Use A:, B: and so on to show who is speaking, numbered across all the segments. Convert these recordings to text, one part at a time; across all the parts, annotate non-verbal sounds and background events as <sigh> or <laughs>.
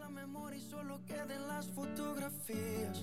A: la memoria y solo queden las fotografías.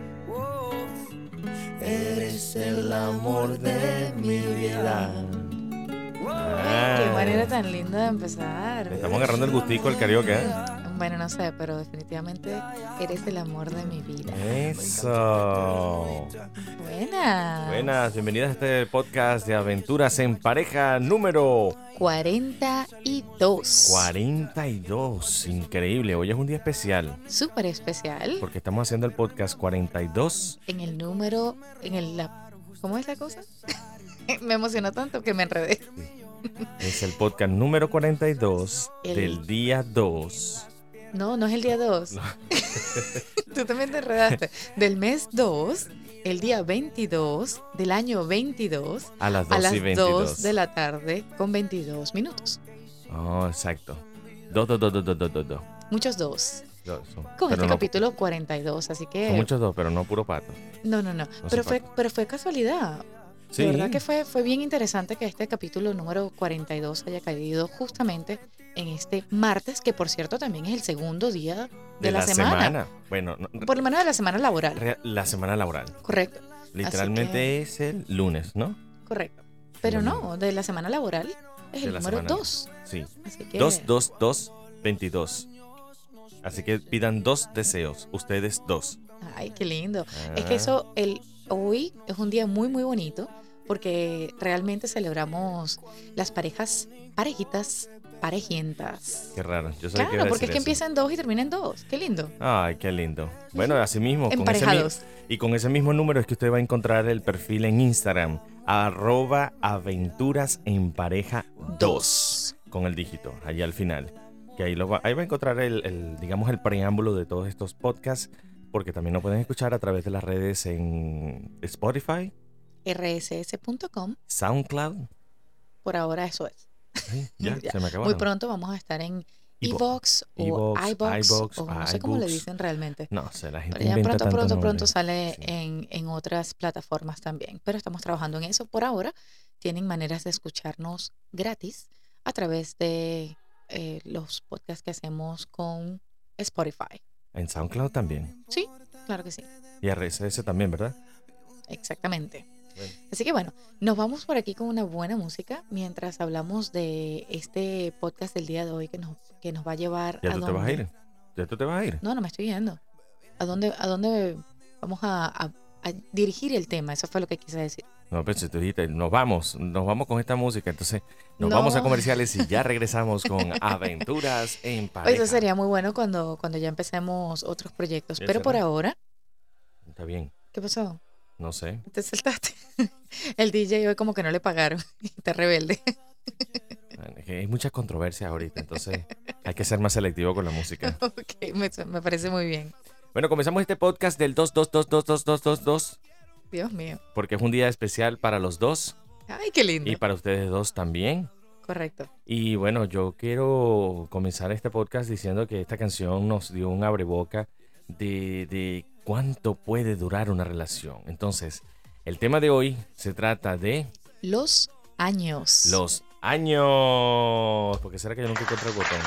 A: oh, Eres el amor de mi vida.
B: Qué manera tan linda de empezar.
C: Le Ah. estamos agarrando el gustico al karaoke, ¿eh?
B: Bueno, no sé, pero definitivamente eres el amor de mi vida.
C: ¿eh? Eso.
B: Buena.
C: Buenas, bienvenidas a este podcast de aventuras en pareja número
B: 42.
C: 42. Increíble, hoy es un día especial
B: Súper especial.
C: porque estamos haciendo el podcast 42.
B: En el número, en el... la- ¿Cómo es la cosa? <laughs> me emocionó tanto que me enredé.
C: Es el podcast número 42
B: El-
C: del día 2.
B: No, no es el día 2. <laughs> Tú también te enredaste. Del mes 2, el día 22, del año 22,
C: A las 2
B: a las
C: y 22.
B: 2 de la tarde con 22 minutos.
C: Oh, exacto. 2, 2, 2, 2, 2, 2, 2, 2.
B: Muchos dos. Con
C: Pero no,
B: este capítulo 42, así que...
C: son muchos dos, pero no puro pato.
B: No, no, no. pero,
C: se
B: fue, pero fue casualidad.
C: Sí.
B: De verdad que fue, fue bien interesante que este capítulo número 42 haya caído justamente en este martes, que por cierto también es el segundo día de, la, semana. Pues
C: Bueno, no,
B: Por lo menos de la semana laboral.
C: re- la semana laboral.
B: Correcto,
C: Literalmente es el lunes, ¿no?
B: correcto. Pero no, de la semana laboral es
C: De
B: el
C: la
B: número
C: semana.
B: 2.
C: Sí.
B: Así que
C: 2, 2, 2, 22. Así que pidan dos deseos, ustedes dos.
B: Ay, qué lindo. Es
C: Ah,
B: que eso, el, hoy es un día muy, muy bonito porque realmente celebramos las parejas, parejitas, parejientas.
C: Ah, Qué raro. Yo sabía que iba
B: Claro,
C: a
B: porque es
C: decir
B: que
C: eso.
B: empieza en dos y termina en dos. Qué lindo.
C: Ay, qué lindo. Bueno, así mismo. con ese Oh, mi-
B: Emparejados.
C: y con ese mismo número es que usted va a encontrar el perfil en Instagram, arroba aventuras en pareja 2, con el dígito, allí al final. Que ahí, lo va, ahí va a encontrar el, el, digamos, el preámbulo de todos estos podcasts, porque también lo pueden escuchar a través de las redes en Spotify,
B: rss.com.
C: SoundCloud.
B: Por ahora eso es.
C: Ay, ya,
B: Ya,
C: se me acabó.
B: Muy pronto vamos a estar en
C: Ivo-
B: Evox o
C: iVoox,
B: iBox
C: iVoox,
B: o no sé cómo le
C: iBooks.
B: dicen realmente.
C: No, o sea, la gente
B: Pero ya
C: inventa
B: pronto,
C: tanto
B: pronto,
C: nombre.
B: pronto sale
C: Sí.
B: en, en otras plataformas también. Pero estamos trabajando en eso por ahora. Tienen maneras de escucharnos gratis a través de eh, los podcasts que hacemos con Spotify.
C: En SoundCloud también.
B: Sí, claro que sí.
C: Y RSS también, ¿verdad?
B: Exactamente.
C: Bueno.
B: Así que bueno, nos vamos por aquí con una buena música mientras hablamos de este podcast del día de hoy que nos, que nos va a llevar
C: Ya
B: a
C: tú
B: dónde.
C: te vas a ir. Ya tú te vas a ir.
B: No, no me estoy yendo. ¿A dónde, a dónde vamos a, a- a dirigir el tema? Eso fue lo que quise decir.
C: No, pero si tú dijiste, nos vamos, nos vamos con esta música, entonces nos
B: No.
C: vamos a comerciales y ya regresamos con <laughs> Aventuras en Pareja.
B: Pues Eso sería muy bueno cuando, cuando ya empecemos otros proyectos.
C: Ya
B: Pero por
C: será.
B: ahora,
C: Está bien,
B: ¿qué pasó?
C: no sé.
B: Te saltaste. <laughs> El DJ hoy como que no le pagaron. <laughs> Está
C: <laughs>
B: rebelde.
C: Es que Hay muchas controversias ahorita, entonces hay que ser más selectivo con la música.
B: <laughs> Ok, me, me parece muy bien.
C: Bueno, comenzamos este podcast del 2-2-2-2-2-2-2-2
B: Dios mío.
C: porque es un día especial para los dos
B: Ay, qué lindo.
C: y para ustedes dos también.
B: Correcto.
C: Y bueno, yo quiero comenzar este podcast diciendo que esta canción nos dio un abreboca de, de cuánto puede durar una relación. Entonces, el tema de hoy se trata de
B: Los años.
C: los años. Porque será que yo nunca encuentro el botón.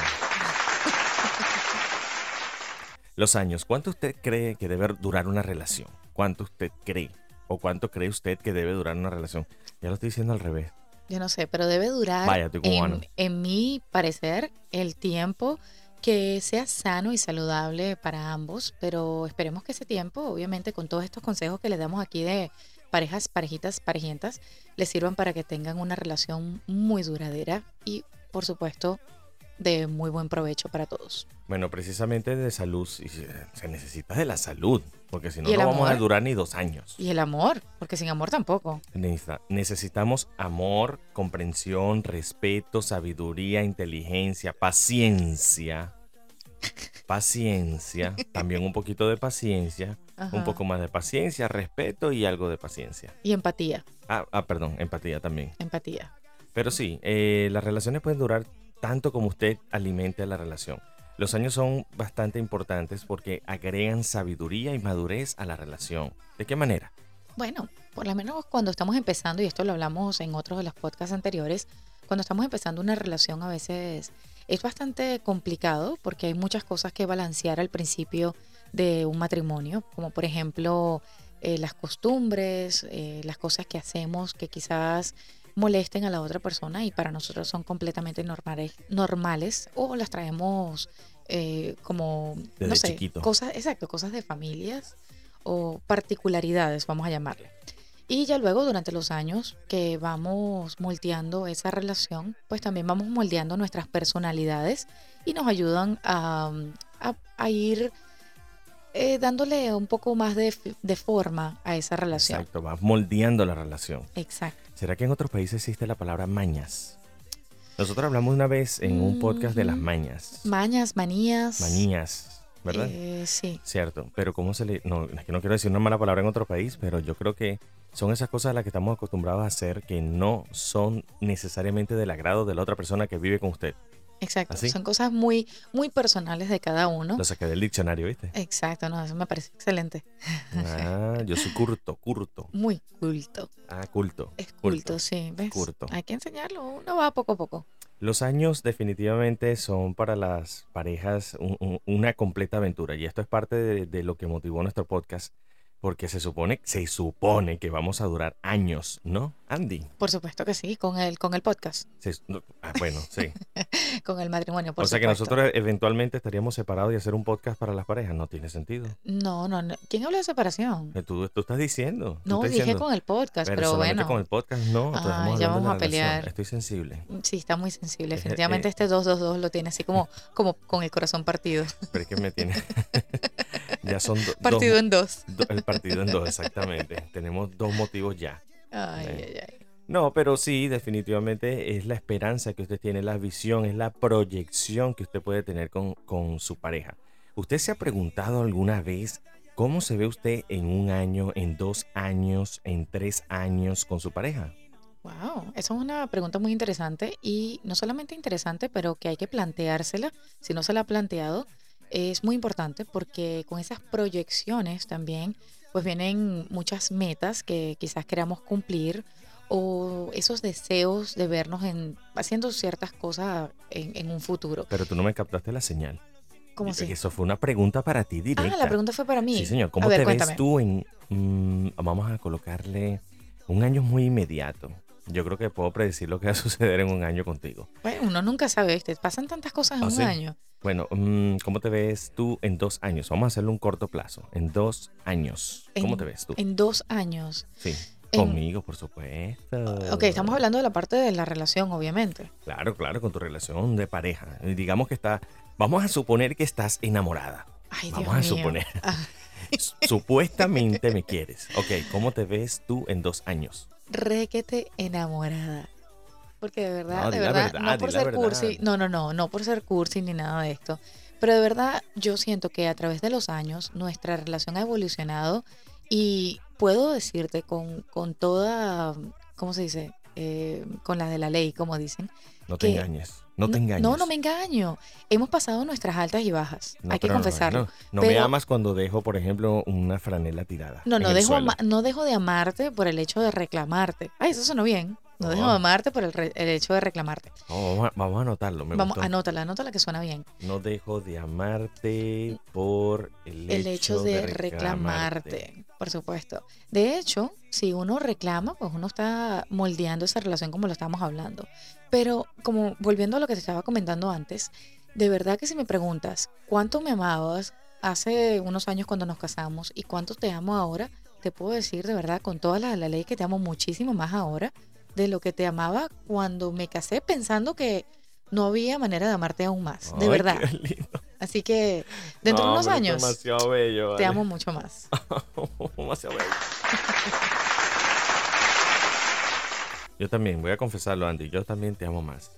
C: Los años. ¿Cuánto usted cree que debe durar una relación? ¿Cuánto usted cree? ¿O cuánto cree usted que debe durar una relación? Ya lo estoy diciendo al revés.
B: Yo no sé, pero debe durar,
C: Vaya, estoy cubano.
B: en, en mi parecer, el tiempo que sea sano y saludable para ambos, pero esperemos que ese tiempo, obviamente, con todos estos consejos que les damos aquí de parejas, parejitas, parejientas, les sirvan para que tengan una relación muy duradera y, por supuesto, de muy buen provecho para todos.
C: Bueno, precisamente de salud. y se se necesita de la salud, porque si no,
B: ¿Y
C: no
B: el
C: vamos a
B: amor?
C: durar ni dos años.
B: Y el amor, porque sin amor tampoco.
C: Necesita- Necesitamos amor, comprensión, respeto, sabiduría, inteligencia, paciencia.
B: <laughs>
C: paciencia, también un poquito de paciencia,
B: Ajá.
C: un poco más de paciencia, respeto y algo de paciencia.
B: Y empatía,
C: Ah, ah, perdón, empatía también.
B: empatía.
C: Pero sí, eh, las relaciones pueden durar tanto como usted alimente la relación. Los años son bastante importantes porque agregan sabiduría y madurez a la relación. ¿De qué manera?
B: Bueno, por lo menos cuando estamos empezando, y esto lo hablamos en otros de los podcasts anteriores, cuando estamos empezando una relación a veces es bastante complicado porque hay muchas cosas que balancear al principio de un matrimonio, como por ejemplo eh, las costumbres, eh, las cosas que hacemos que quizás molesten a la otra persona y para nosotros son completamente normales, normales o las traemos eh, como, no
C: Desde
B: sé,
C: chiquito.
B: cosas, exacto, cosas de familias o particularidades, vamos a llamarle. Y ya luego, durante los años que vamos moldeando esa relación, pues también vamos moldeando nuestras personalidades y nos ayudan a, a- a ir eh, dándole un poco más de, f- de forma a esa relación.
C: Exacto, vas moldeando la relación.
B: Exacto.
C: ¿Será que en otros países existe la palabra mañas? Nosotros hablamos una vez en un podcast de las
B: Mm,
C: mañas.
B: Mañas, manías.
C: Mañas, ¿verdad?
B: eh, sí.
C: Cierto, pero ¿cómo se le...? No, es que no quiero decir una mala palabra en otro país, pero yo creo que son esas cosas a las que estamos acostumbrados a hacer que no son necesariamente del agrado de la otra persona que vive con usted.
B: Exacto.
C: ¿Así?
B: Son cosas muy, muy personales de cada uno.
C: Lo saqué del diccionario,
B: <laughs>
C: ¿viste?
B: Exacto, no, eso me parece excelente.
C: Ah, yo soy curto, curto.
B: Muy culto.
C: Ah, culto.
B: Es
C: Culto.
B: culto, sí. ¿ves?
C: Culto.
B: Hay que enseñarlo. Uno va poco a poco.
C: Los años definitivamente son para las parejas un- un- una completa aventura y esto es parte de, de lo que motivó nuestro podcast porque se supone, se supone que vamos a durar años, ¿no? Andy.
B: Por supuesto que sí, con el, con el podcast, <laughs>
C: Se- no, ah, bueno, sí.
B: con el matrimonio. <laughs> Por
C: o sea que
B: supuesto.
C: nosotros eventualmente estaríamos separados y hacer un podcast para las parejas no tiene sentido.
B: No, no, no. ¿Quién habló de separación?
C: Eh, Tú, tú estás diciendo. tú
B: No,
C: estás
B: dije
C: diciendo,
B: con el podcast, pero,
C: solamente
B: bueno.
C: con el podcast no. estamos
B: Ay, ya
C: hablando de
B: vamos
C: la
B: a pelear.
C: relación. Estoy sensible.
B: Sí, está muy sensible.
C: Es- eh, es-
B: Definitivamente este 222 lo tiene
C: <laughs>
B: así como, como con el corazón partido.
C: Pero es que me tiene. <laughs> ya son do- dos-
B: Partido en dos.
C: do- el partido en dos, exactamente. Tenemos dos motivos ya.
B: Ay,
C: Bueno.
B: ay, ay.
C: No, pero sí, definitivamente es la esperanza que usted tiene, la visión, es la proyección que usted puede tener con, con su pareja. ¿Usted se ha preguntado alguna vez cómo se ve usted en un año, en dos años, en tres años con su pareja?
B: Wow, eso es una pregunta muy interesante y no solamente interesante, pero que hay que planteársela. Si no se la ha planteado, es muy importante porque con esas proyecciones también, pues vienen muchas metas que quizás queramos cumplir o esos deseos de vernos en, haciendo ciertas cosas en, en un futuro.
C: Pero tú no me captaste la señal.
B: ¿Cómo
C: Y-
B: así?
C: Eso fue una pregunta para ti
B: Ah,
C: directa.
B: la pregunta fue para mí.
C: Sí, señor. ¿Cómo
B: a ver,
C: te
B: cuéntame.
C: ves tú en... mm, vamos a colocarle un año muy inmediato. Yo creo que puedo predecir lo que va a <laughs> suceder en un año contigo.
B: Bueno, uno nunca sabe, te pasan tantas cosas en
C: Ah,
B: un
C: sí.
B: año.
C: Bueno, mm, ¿cómo te ves tú en dos años? Vamos a hacerlo un corto plazo. En dos años. ¿Cómo
B: En-
C: te ves tú?
B: En dos años.
C: sí.
B: en-
C: Conmigo, por supuesto.
B: Ok, estamos hablando de la parte de la relación, obviamente.
C: Claro, claro, con tu relación de pareja. Eh, Digamos que está... Vamos a suponer que estás enamorada.
B: Ay, Dios
C: Vamos a
B: mío.
C: suponer.
B: Ah.
C: S- <laughs> Supuestamente me quieres. Ok, ¿cómo te ves tú en dos años?
B: Requete enamorada. Porque de verdad,
C: No,
B: de
C: di la
B: verdad,
C: verdad,
B: no por
C: di la
B: ser
C: verdad.
B: cursi, no, no, no, no por ser cursi ni nada de esto. Pero de verdad, yo siento que a través de los años nuestra relación ha evolucionado y puedo decirte con, con toda, ¿cómo se dice? Eh, con las de la ley, como dicen.
C: No te
B: ¿Qué?
C: engañes. No te engañes.
B: No, no me engaño. Hemos pasado nuestras altas y bajas.
C: No,
B: Hay que
C: pero no,
B: confesarlo.
C: No, no me
B: pero-
C: amas cuando dejo, por ejemplo, una franela tirada.
B: No,
C: en
B: no
C: el
B: dejo,
C: suelo.
B: ama- no dejo de amarte por el hecho de reclamarte. Ay, eso sonó bien. No dejo
C: Oh.
B: de amarte por el, re- el hecho de reclamarte.
C: Oh, vamos, a, vamos a anotarlo. Me
B: Vamos,
C: gustó.
B: anótala, anótala que suena bien.
C: No dejo de amarte por el,
B: El hecho de, reclamarte, por supuesto. De hecho, si uno reclama, pues uno está moldeando esa relación como lo estábamos hablando. Pero como volviendo a lo que te estaba comentando antes, de verdad que si me preguntas cuánto me amabas hace unos años cuando nos casamos y cuánto te amo ahora, te puedo decir de verdad con toda la, la ley que te amo muchísimo más ahora de lo que te amaba cuando me casé pensando que no había manera de amarte aún más, de
C: Ay,
B: verdad.
C: qué lindo.
B: Así que dentro de
C: No, pero
B: unos
C: esto es
B: años...
C: Demasiado bello.
B: Te
C: vale.
B: amo mucho más.
C: <laughs> demasiado bello. Yo también, voy a confesarlo, Andy. Yo también te amo más.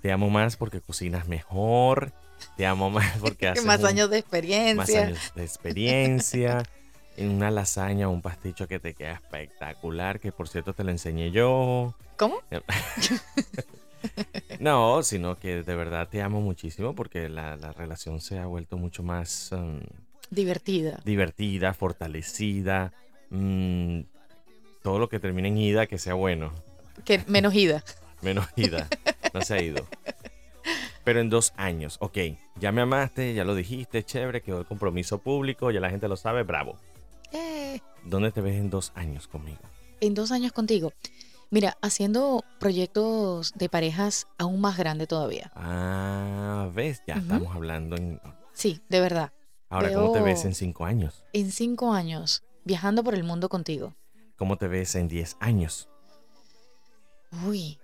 C: Te amo más porque cocinas mejor, Te amo más
B: <laughs>
C: porque haces
B: más
C: un-
B: años de experiencia.
C: más años de experiencia. En una lasaña, un pasticho que te queda espectacular, que por cierto te lo enseñé yo.
B: ¿Cómo?
C: No, sino que de verdad te amo muchísimo porque la, la relación se ha vuelto mucho más um,
B: Divertida.
C: divertida, fortalecida. mm, todo lo que termine en ida, que sea bueno.
B: Que menos ida.
C: Menos ida. No se ha ido. Pero en dos años, ok. Ya me amaste, ya lo dijiste, chévere, quedó el compromiso público, ya la gente lo sabe, bravo.
B: Eh,
C: ¿Dónde te ves en dos años conmigo?
B: en dos años contigo. Mira, haciendo proyectos de parejas aún más grande todavía.
C: Ah, ves, ya
B: Ujú.
C: estamos hablando en...
B: Sí, de verdad.
C: Ahora, ¿cómo te
B: Veo-
C: ves en cinco años?
B: En cinco años, viajando por el mundo contigo.
C: ¿Cómo te ves en diez años? <laughs> Ah,
B: Uy.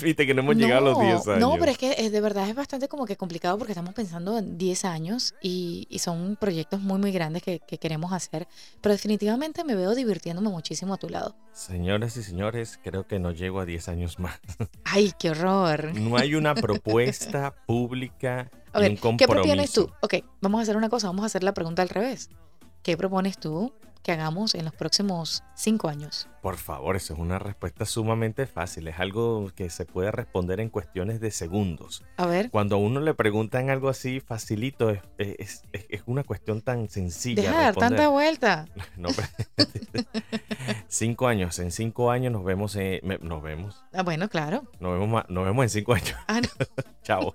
C: Viste que no hemos llegado a los diez años.
B: No, pero es que eh, de verdad es bastante como que complicado porque estamos pensando en 10 años y, y son proyectos muy, muy grandes que, que queremos hacer. Pero definitivamente me veo divirtiéndome muchísimo a tu lado.
C: Señoras y señores, creo que no llego a diez años
B: <laughs>
C: más.
B: ¡Ay, qué horror!
C: No hay una propuesta pública
B: A
C: y
B: ver,
C: un compromiso.
B: ¿qué propones tú? Ok, vamos a hacer una cosa, vamos a hacer la pregunta al revés. ¿Qué propones tú que hagamos en los próximos cinco años?
C: Por favor, eso es una respuesta sumamente fácil. Es algo que se puede responder en cuestiones de segundos.
B: A ver,
C: Cuando a uno le preguntan algo así, facilito, es, es- es- es una cuestión tan sencilla.
B: deja de dar
C: responder.
B: tanta
C: <laughs>
B: vuelta.
C: No, pero- cinco años. En cinco años nos vemos. eh, me- nos vemos.
B: Ah, bueno, claro.
C: Nos vemos, ma- nos vemos en cinco años. <laughs>
B: Ah, no.
C: Chao.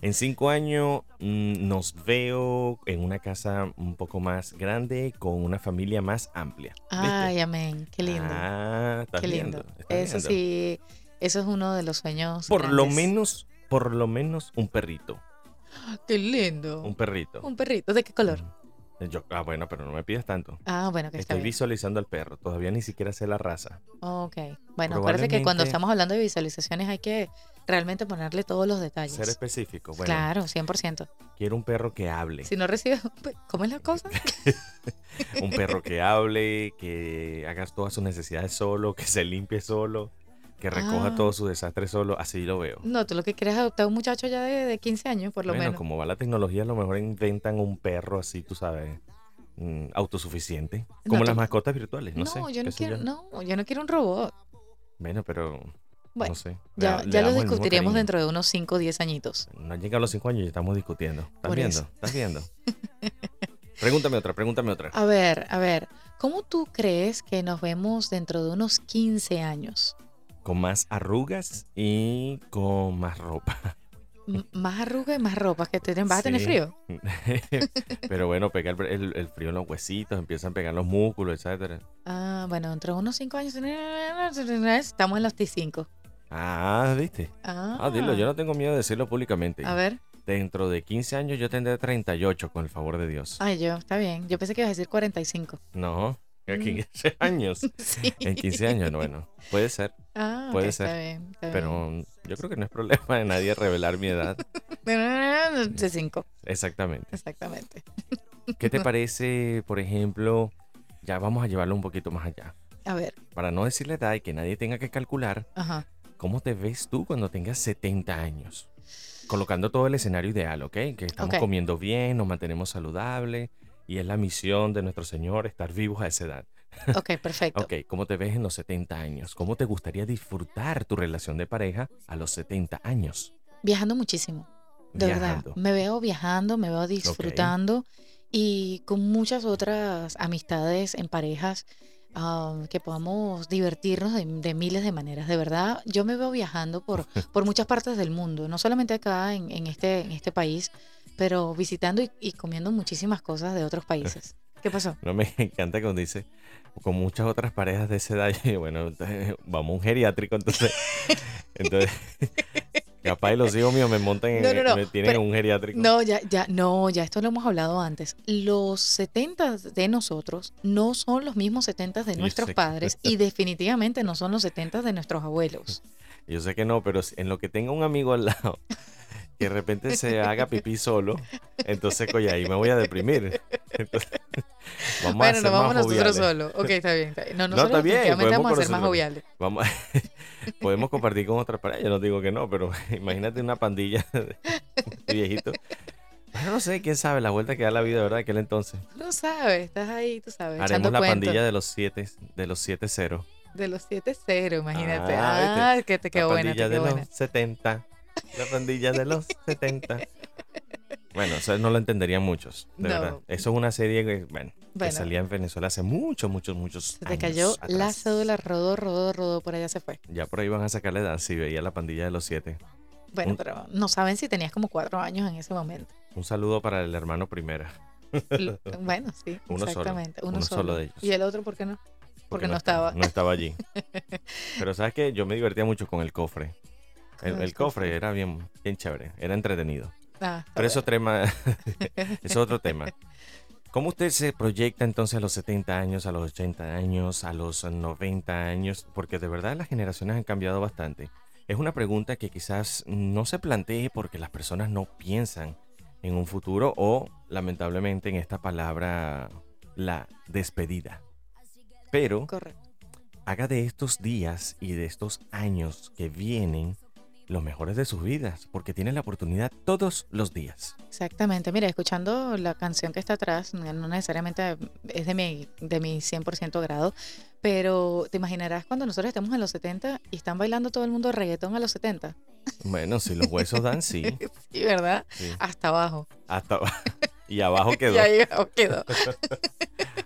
C: en cinco años mm, nos veo en una casa un poco más grande con una familia más amplia. ¿Viste?
B: Ay, amén, qué lindo.
C: Ah, estás
B: qué lindo.
C: viendo, estás viendo.
B: Eso sí, eso es uno de los sueños.
C: Por lo
B: grandes. Ah,
C: menos, por lo menos un perrito.
B: Qué lindo.
C: Un
B: Un,
C: perrito.
B: perrito, ¿de qué color?
C: Yo, ah, bueno, pero no me pidas tanto.
B: Ah, bueno, que está
C: Estoy
B: bien.
C: visualizando al perro. Todavía ni siquiera sé la raza.
B: Ok. Bueno, acuérdate que
C: Probablemente-
B: cuando estamos hablando de visualizaciones hay que realmente ponerle todos los detalles.
C: Ser específico. Bueno,
B: Claro, 100%.
C: quiero un perro que hable.
B: Si no <laughs> recibes, ¿cómo es la cosa?
C: Un perro que hable, que haga todas sus necesidades solo, que se limpie solo, que recoja
B: Ah.
C: todo su desastre solo. Así lo veo.
B: No, tú lo que quieres es adoptar a un muchacho ya de, de 15 años, por lo
C: bueno,
B: menos.
C: como va la tecnología, a lo mejor inventan un perro así, tú sabes, mm, autosuficiente. Como
B: No,
C: las
B: tú-
C: mascotas virtuales, no, sé.
B: yo no
C: qué sé
B: quiero, no, yo no quiero un robot.
C: Bueno, pero.
B: Bueno,
C: no sé.
B: Ya,
C: Le- le
B: ya lo
C: damos el mismo
B: discutiremos
C: cariño.
B: dentro de unos 5 o 10 añitos.
C: No han llegado a los cinco años y estamos discutiendo. ¿Estás
B: Por
C: viendo?
B: eso.
C: ¿Estás
B: <laughs>
C: viendo? pregúntame otra, pregúntame otra.
B: A ver, a ver, ¿cómo tú crees que nos vemos dentro de unos 15 años?
C: Con más arrugas y con más ropa. <laughs>
B: M- más arruga y más ropa que te vas a tener
C: Sí.
B: frío.
C: pero bueno, pega el, el- el frío en los huesitos, empiezan a pegar los músculos, etcétera.
B: Ah, bueno, dentro de unos 5 años estamos en los T5.
C: Ah, ¿viste?
B: Ah,
C: Ah, dilo, yo no tengo miedo de decirlo públicamente.
B: A ver,
C: Dentro de 15 años yo tendré 38, con el favor de Dios.
B: ay, yo, está bien. Yo pensé que ibas a decir 45.
C: No, en
B: Mm.
C: 15 <laughs> años.
B: Sí.
C: <laughs> En 15 años, bueno, puede ser,
B: <laughs> Ah,
C: puede
B: ok,
C: ser,
B: Está bien, está
C: pero mm, yo creo que no es problema de nadie revelar mi edad.
B: bien. <laughs> T5,
C: Exactamente.
B: exactamente.
C: ¿Qué te parece, por ejemplo, ya vamos a llevarlo un poquito más allá?
B: A ver,
C: Para no decir la edad y que nadie tenga que calcular,
B: ajá.
C: ¿cómo te ves tú cuando tengas 70 años? Colocando todo el escenario ideal, ¿ok? Que estamos
B: Ok.
C: comiendo bien, nos mantenemos saludables y es la misión de nuestro Señor estar vivos a esa edad.
B: Ok, perfecto.
C: Ok, ¿cómo te ves en los 70 años? ¿Cómo te gustaría disfrutar tu relación de pareja a los 70 años?
B: Viajando muchísimo, de
C: Viajando.
B: verdad. Me veo viajando, me veo disfrutando y con muchas otras amistades en parejas ah, que podamos divertirnos de, de miles de maneras. De verdad, yo me veo viajando
C: <laughs>
B: por, por muchas partes del mundo, no solamente acá en, en este, en este país, pero visitando y, y comiendo muchísimas cosas de otros países. ¿Qué pasó?
C: No me <laughs> encanta cuando dice, con muchas otras parejas de esa edad, <laughs> yo digo, bueno, entonces, vamos a un geriátrico,
B: <laughs>
C: entonces, entonces, <laughs> capaz y los hijos míos me montan en,
B: No, no, no,
C: me tienen
B: pero-
C: en un geriátrico.
B: No, ya, ya, no, ya esto lo hemos hablado antes. Los 70 de nosotros no son los mismos 70 de
C: Yo
B: nuestros
C: sé.
B: padres y definitivamente no son los 70 de nuestros
C: <laughs>
B: abuelos.
C: Yo sé que no, pero si- en lo que tenga un amigo al <laughs> lado, que de repente se haga pipí solo, entonces, coño, ahí me voy a deprimir. Entonces, <laughs> vamos a
B: Bueno,
C: ser
B: nos vamos
C: más joviales.
B: nosotros solos. Ok, está bien, está bien. No,
C: No,
B: nosotros
C: está bien,
B: definitivamente
C: podemos
B: vamos a ser más
C: conocerlo.
B: joviales.
C: Vamos <laughs> podemos compartir con otra pareja, yo no digo que no, pero imagínate una pandilla <laughs> de- viejito. Bueno, no sé, quién sabe la vuelta que da la vida, ¿verdad? Aquel entonces.
B: Tú sabes, estás ahí, tú sabes.
C: Haremos
B: echando
C: la
B: cuentos.
C: pandilla de los siete, de los siete cero.
B: De los 7-0, imagínate.
C: Ah,
B: Ah,
C: viste.
B: que te
C: La
B: quedó buena,
C: pandilla
B: te
C: de
B: quedó buena.
C: los 70. La pandilla de los 70. Bueno, eso no lo entenderían muchos, de
B: No.
C: verdad. Eso es una serie que, bueno, que
B: Bueno.
C: salía en Venezuela hace muchos, muchos, muchos
B: Se te cayó la cédula, rodó, rodó, rodó, por allá se fue.
C: Ya por ahí van a sacar la edad, si veía la pandilla de los siete.
B: Bueno,
C: Un-
B: pero no saben si tenías como cuatro años en ese momento.
C: Un saludo para el hermano primera.
B: L- Bueno, sí,
C: Uno solo,
B: exactamente.
C: uno solo de ellos.
B: ¿Y el otro por qué no? Porque no estaba.
C: No estaba allí.
B: <laughs>
C: Pero sabes que yo me divertía mucho con el cofre. El,
B: Con el
C: el cofre era bien, bien chévere, era entretenido.
B: Ah, está
C: Pero eso tema, es otro tema. ¿Cómo usted se proyecta entonces a los 70 años, a los 80 años, a los 90 años? Porque de verdad las generaciones han cambiado bastante. Es una pregunta que quizás no se plantee porque las personas no piensan en un futuro o lamentablemente en esta palabra la despedida. Pero
B: bien, correcto.
C: haga de estos días y de estos años que vienen los mejores de sus vidas, porque tiene la oportunidad todos los días.
B: Exactamente. Mira, escuchando la canción que está atrás, no no necesariamente es de mi, de mi 100% grado, pero te imaginarás cuando nosotros estemos en los 70 y están bailando todo el mundo reggaetón a los 70.
C: Bueno, si los huesos dan,
B: <laughs>
C: sí.
B: Sí, ¿verdad?
C: sí.
B: Hasta abajo.
C: Hasta <laughs> y abajo
B: <laughs>
C: <laughs>
B: Y
C: quedó.
B: ahí oh, quedó.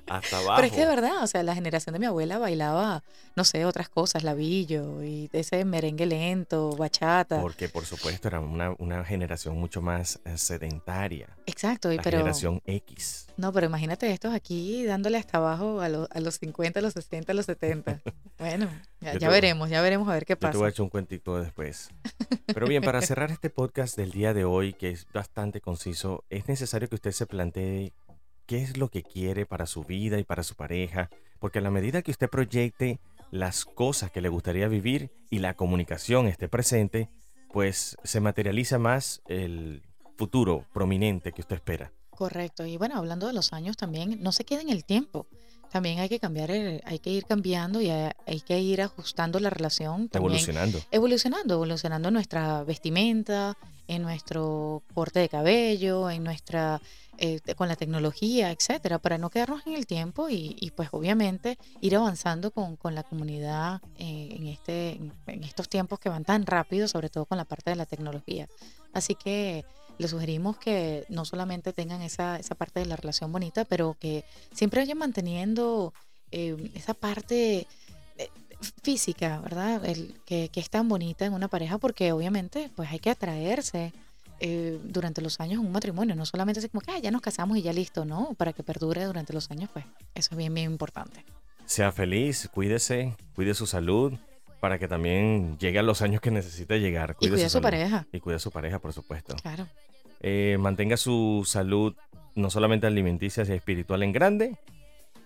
C: Hasta abajo.
B: Pero es que de verdad, o sea, la generación de mi abuela bailaba, no sé, otras cosas, labillo y ese merengue lento, bachata.
C: Porque por supuesto era una, una generación mucho más eh, sedentaria.
B: Exacto, y
C: La
B: pero
C: generación X.
B: no, pero imagínate estos aquí dándole hasta abajo a, lo- a los 50, a los 60, a
C: <laughs>
B: los 70. Bueno, ya,
C: Yo
B: ya
C: te-
B: veremos, ya veremos a ver qué
C: Yo te
B: pasa.
C: voy a echar un cuentico después. Pero bien, para cerrar este podcast del día de hoy, que es bastante conciso, es necesario que usted se plantee qué es lo que quiere para su vida y para su pareja, porque a la medida que usted proyecte las cosas que le gustaría vivir y la comunicación esté presente, pues se materializa más el futuro prominente que usted espera.
B: Correcto. Y bueno, hablando de los años también, no se quede en el tiempo. También hay que cambiar, el- hay que ir cambiando y hay, hay que ir ajustando la relación también
C: Evolucionando.
B: evolucionando, evolucionando en nuestra vestimenta, en nuestro corte de cabello, en nuestra eh, te- con la tecnología, etcétera, para no quedarnos en el tiempo y, y, pues obviamente ir avanzando con, con la comunidad eh, en este en- en estos tiempos que van tan rápido, sobre todo con la parte de la tecnología. Así que les sugerimos que no solamente tengan esa, esa parte de la relación bonita, pero que siempre vayan manteniendo eh, esa parte eh, física, ¿verdad? El, que, que es tan bonita en una pareja porque obviamente pues hay que atraerse eh, durante los años en un matrimonio, no solamente así como que "Ah, ya nos casamos y ya listo, ¿no? Para que perdure durante los años, pues eso es bien, bien importante.
C: Sea feliz, cuídese, cuide su salud, para que también llegue a los años que necesita llegar.
B: Y cuida a su
C: salud.
B: pareja,
C: Y cuida a su pareja, por supuesto.
B: claro.
C: Eh, mantenga su salud no solamente alimenticia, sino espiritual en grande,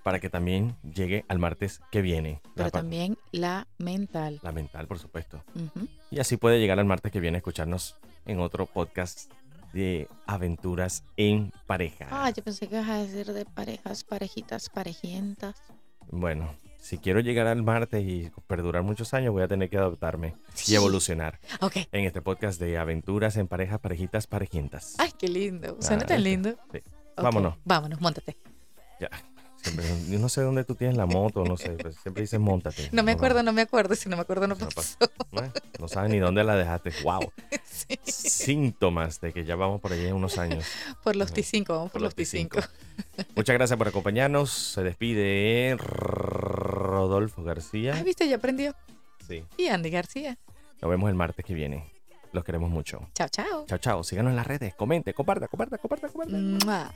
C: para que también llegue al martes que viene.
B: Pero
C: La pa-
B: también la mental.
C: la mental, por supuesto.
B: Ujú.
C: Y así puede llegar al martes que viene a escucharnos en otro podcast de aventuras en pareja.
B: Ah, yo pensé que ibas a decir de parejas, parejitas, parejientas.
C: Bueno, si quiero llegar al martes y perdurar muchos años, voy a tener que adaptarme y evolucionar
B: Ok.
C: en este podcast de aventuras en parejas, parejitas, parejientas.
B: Ay, qué lindo. Suena
C: Ah,
B: tan
C: ¿viste?
B: lindo.
C: Sí.
B: Ok,
C: Vámonos.
B: este, Vámonos, montate.
C: Ya. Siempre- yo no sé dónde tú tienes la moto, no sé. pues, siempre dices montate.
B: No me acuerdo,
C: no.
B: no me acuerdo. Si no me acuerdo, no pues.
C: No pasa.
B: pasó.
C: Bueno, no sabes ni dónde la dejaste. ¡Wow!
B: <laughs> Sí.
C: Síntomas de que ya vamos por allí en unos
B: <laughs>
C: años.
B: Por los
C: Ajá.
B: T5, vamos por, los T5.
C: Muchas gracias por acompañarnos. Se despide Rodolfo García.
B: Ah, viste, ya aprendió.
C: Sí.
B: Y Andy García.
C: Nos vemos el martes que viene. Los queremos mucho.
B: Chao, chao.
C: Chao, chao. Síganos en las redes. Comente, comparta, comparta, comparta, comparta.
B: Mua.